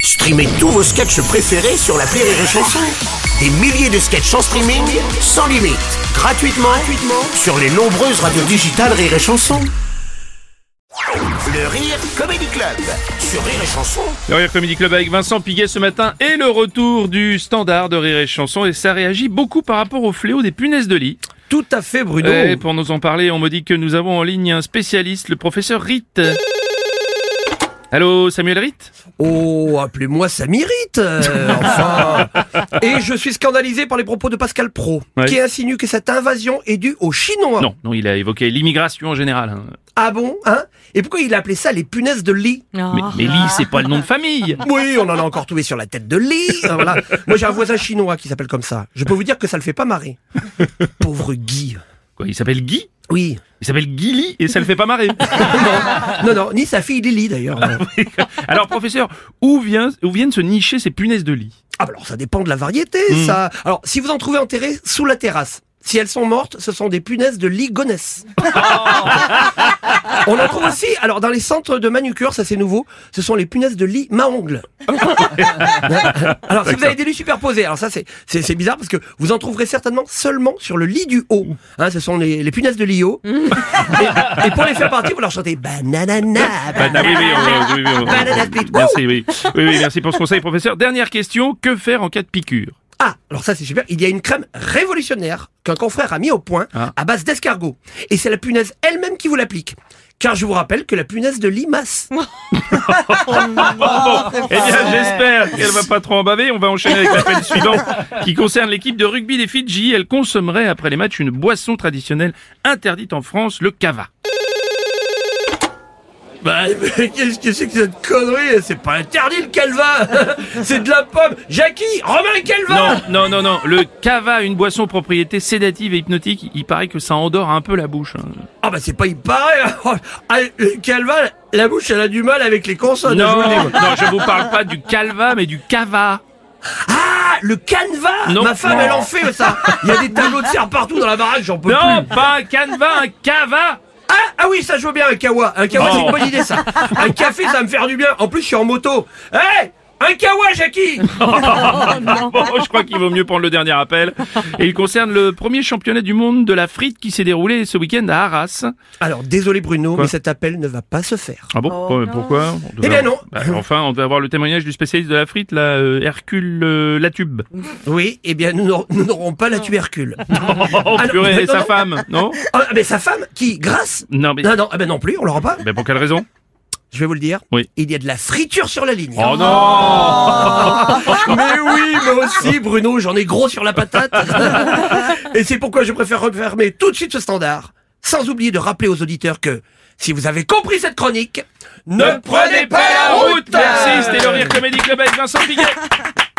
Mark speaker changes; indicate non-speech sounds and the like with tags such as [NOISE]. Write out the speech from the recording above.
Speaker 1: Streamez tous vos sketchs préférés sur la Rire et Chanson. Des milliers de sketchs en streaming, sans limite, gratuitement, gratuitement sur les nombreuses radios digitales Rire et Chanson. Le Rire Comedy Club sur Rire et Chanson.
Speaker 2: Le Rire Comedy Club avec Vincent Piguet ce matin et le retour du standard de Rire et Chanson et ça réagit beaucoup par rapport au fléau des punaises de lit.
Speaker 3: Tout à fait, Bruno.
Speaker 2: Et pour nous en parler, on me dit que nous avons en ligne un spécialiste, le professeur Ritt. Allô, Samuel Ritt
Speaker 3: Oh, appelez-moi ça
Speaker 2: [LAUGHS]
Speaker 3: m'irrite, euh, enfin. Et je suis scandalisé par les propos de Pascal Pro,
Speaker 2: Ouais.
Speaker 3: qui insinue que cette invasion est due aux Chinois.
Speaker 2: Non, non, il a évoqué l'immigration en général. hein.
Speaker 3: Ah bon, hein Et pourquoi il a appelé ça les punaises de lit
Speaker 2: Mais, mais Lee, c'est pas le nom de famille.
Speaker 3: Oui, on en a encore trouvé sur la tête de lit. euh, voilà. Moi, j'ai un voisin chinois qui s'appelle comme ça. Je peux vous dire que ça le fait pas marrer. Pauvre Guy.
Speaker 2: Quoi, il s'appelle Guy
Speaker 3: Oui.
Speaker 2: Il s'appelle Guy Lee et ça le fait pas marrer.
Speaker 3: Non, non, ni sa fille Lily d'ailleurs.
Speaker 2: [LAUGHS] Alors, professeur, où, vient, où viennent se nicher ces punaises de lit
Speaker 3: Ah bah alors ça dépend de la variété,
Speaker 2: Hmm.
Speaker 3: ça. Alors si vous en trouvez enterrées sous la terrasse. Si elles sont mortes, ce sont des punaises de lit gonesse.
Speaker 2: Oh.
Speaker 3: On en trouve aussi, alors dans les centres de manucure, ça c'est nouveau, ce sont les punaises de lit
Speaker 2: [LAUGHS]
Speaker 3: ma-ongle. alors si vous avez des lits superposés, alors ça c'est- c'est c'est bizarre parce que vous en trouverez certainement seulement sur le lit du haut. Hein, ce sont les, les punaises de
Speaker 2: [LAUGHS]
Speaker 3: lit haut. et, et pour les faire partir, vous leur chantez bananana.
Speaker 2: Banana, Ben, ah, oui, oui, on- oui, oui, on-
Speaker 3: Banana split, wouh
Speaker 2: Merci, oui. Oui, oui, merci pour ce conseil, professeur. Dernière question, que faire en cas de piqûre
Speaker 3: Ah, alors ça c'est super, il y a une crème révolutionnaire qu'un confrère a mis au point
Speaker 2: Ah.
Speaker 3: à base d'escargot. Et c'est la punaise elle-même qui vous l'applique. Car je vous rappelle que la punaise de lit masse.
Speaker 2: Eh bien, j'espère qu'elle va pas trop en baver. On va enchaîner avec [LAUGHS] l'appel suivant qui concerne l'équipe de rugby des Fidji. Elle consommerait après les matchs une boisson traditionnelle interdite en France, le cava.
Speaker 3: Bah, mais qu'est-ce que c'est que cette connerie C'est pas interdit le calva [LAUGHS] C'est de la pomme Jackie Romain
Speaker 2: Non,
Speaker 3: calva
Speaker 2: non, non, non. Le cava, une boisson propriété sédative et hypnotique, il paraît que ça endort un peu la bouche. hein.
Speaker 3: Ah bah c'est pas il paraît ah, le Calva, la bouche elle a du mal avec les
Speaker 2: Oh,
Speaker 3: consonnes. hein. je vous le dis, moi.
Speaker 2: non, je vous parle pas du calva, mais du cava.
Speaker 3: Ah Le canevas
Speaker 2: Non.
Speaker 3: Ma femme
Speaker 2: Non.
Speaker 3: elle en fait ça Il y a des tableaux de serre partout dans la baraque, j'en peux plus
Speaker 2: Non, pas un canevas, un cava
Speaker 3: Ah, ah oui, ça je veux bien, un kawa. Un kawa,
Speaker 2: Oh.
Speaker 3: c'est une bonne
Speaker 2: [LAUGHS]
Speaker 3: idée, ça. Un café, ça va me faire du bien. En plus, je suis en moto. Hé Un kawa, Jackie
Speaker 2: [LAUGHS] Bon, je crois qu'il vaut mieux prendre le dernier appel. Et il concerne le premier championnat du monde de la frite qui s'est déroulé ce week-end à Arras.
Speaker 3: Alors, désolé Bruno,
Speaker 2: Quoi
Speaker 3: mais cet appel ne va pas se faire.
Speaker 2: Ah bon Ouais, Pourquoi On devait
Speaker 3: Oh, Eh bien,
Speaker 2: avoir-
Speaker 3: non.
Speaker 2: Bah, Enfin, on devait avoir le témoignage du spécialiste de la frite, là, euh, Hercule euh, Latube.
Speaker 3: Oui, eh bien, nous n'aurons- nous n'aurons pas la tubercule.
Speaker 2: Oh,
Speaker 3: Alors,
Speaker 2: purée,
Speaker 3: Ah non,
Speaker 2: et sa
Speaker 3: non.
Speaker 2: femme, non
Speaker 3: Ah, mais sa femme, qui, grâce
Speaker 2: Non, mais...
Speaker 3: Non, non, ah ben non plus, on l'aura pas.
Speaker 2: mais pour quelle raison
Speaker 3: Je vais vous le dire.
Speaker 2: Oui.
Speaker 3: Il y a de la friture sur la ligne.
Speaker 2: Oh non
Speaker 3: [LAUGHS] Mais oui, moi aussi, Bruno, j'en ai gros sur la patate. Et c'est pourquoi je préfère refermer tout de suite ce standard, sans oublier de rappeler aux auditeurs que, si vous avez compris cette chronique, ne prenez pas la route
Speaker 2: Merci, c'était le Rire Comedy Club avec Vincent Piguet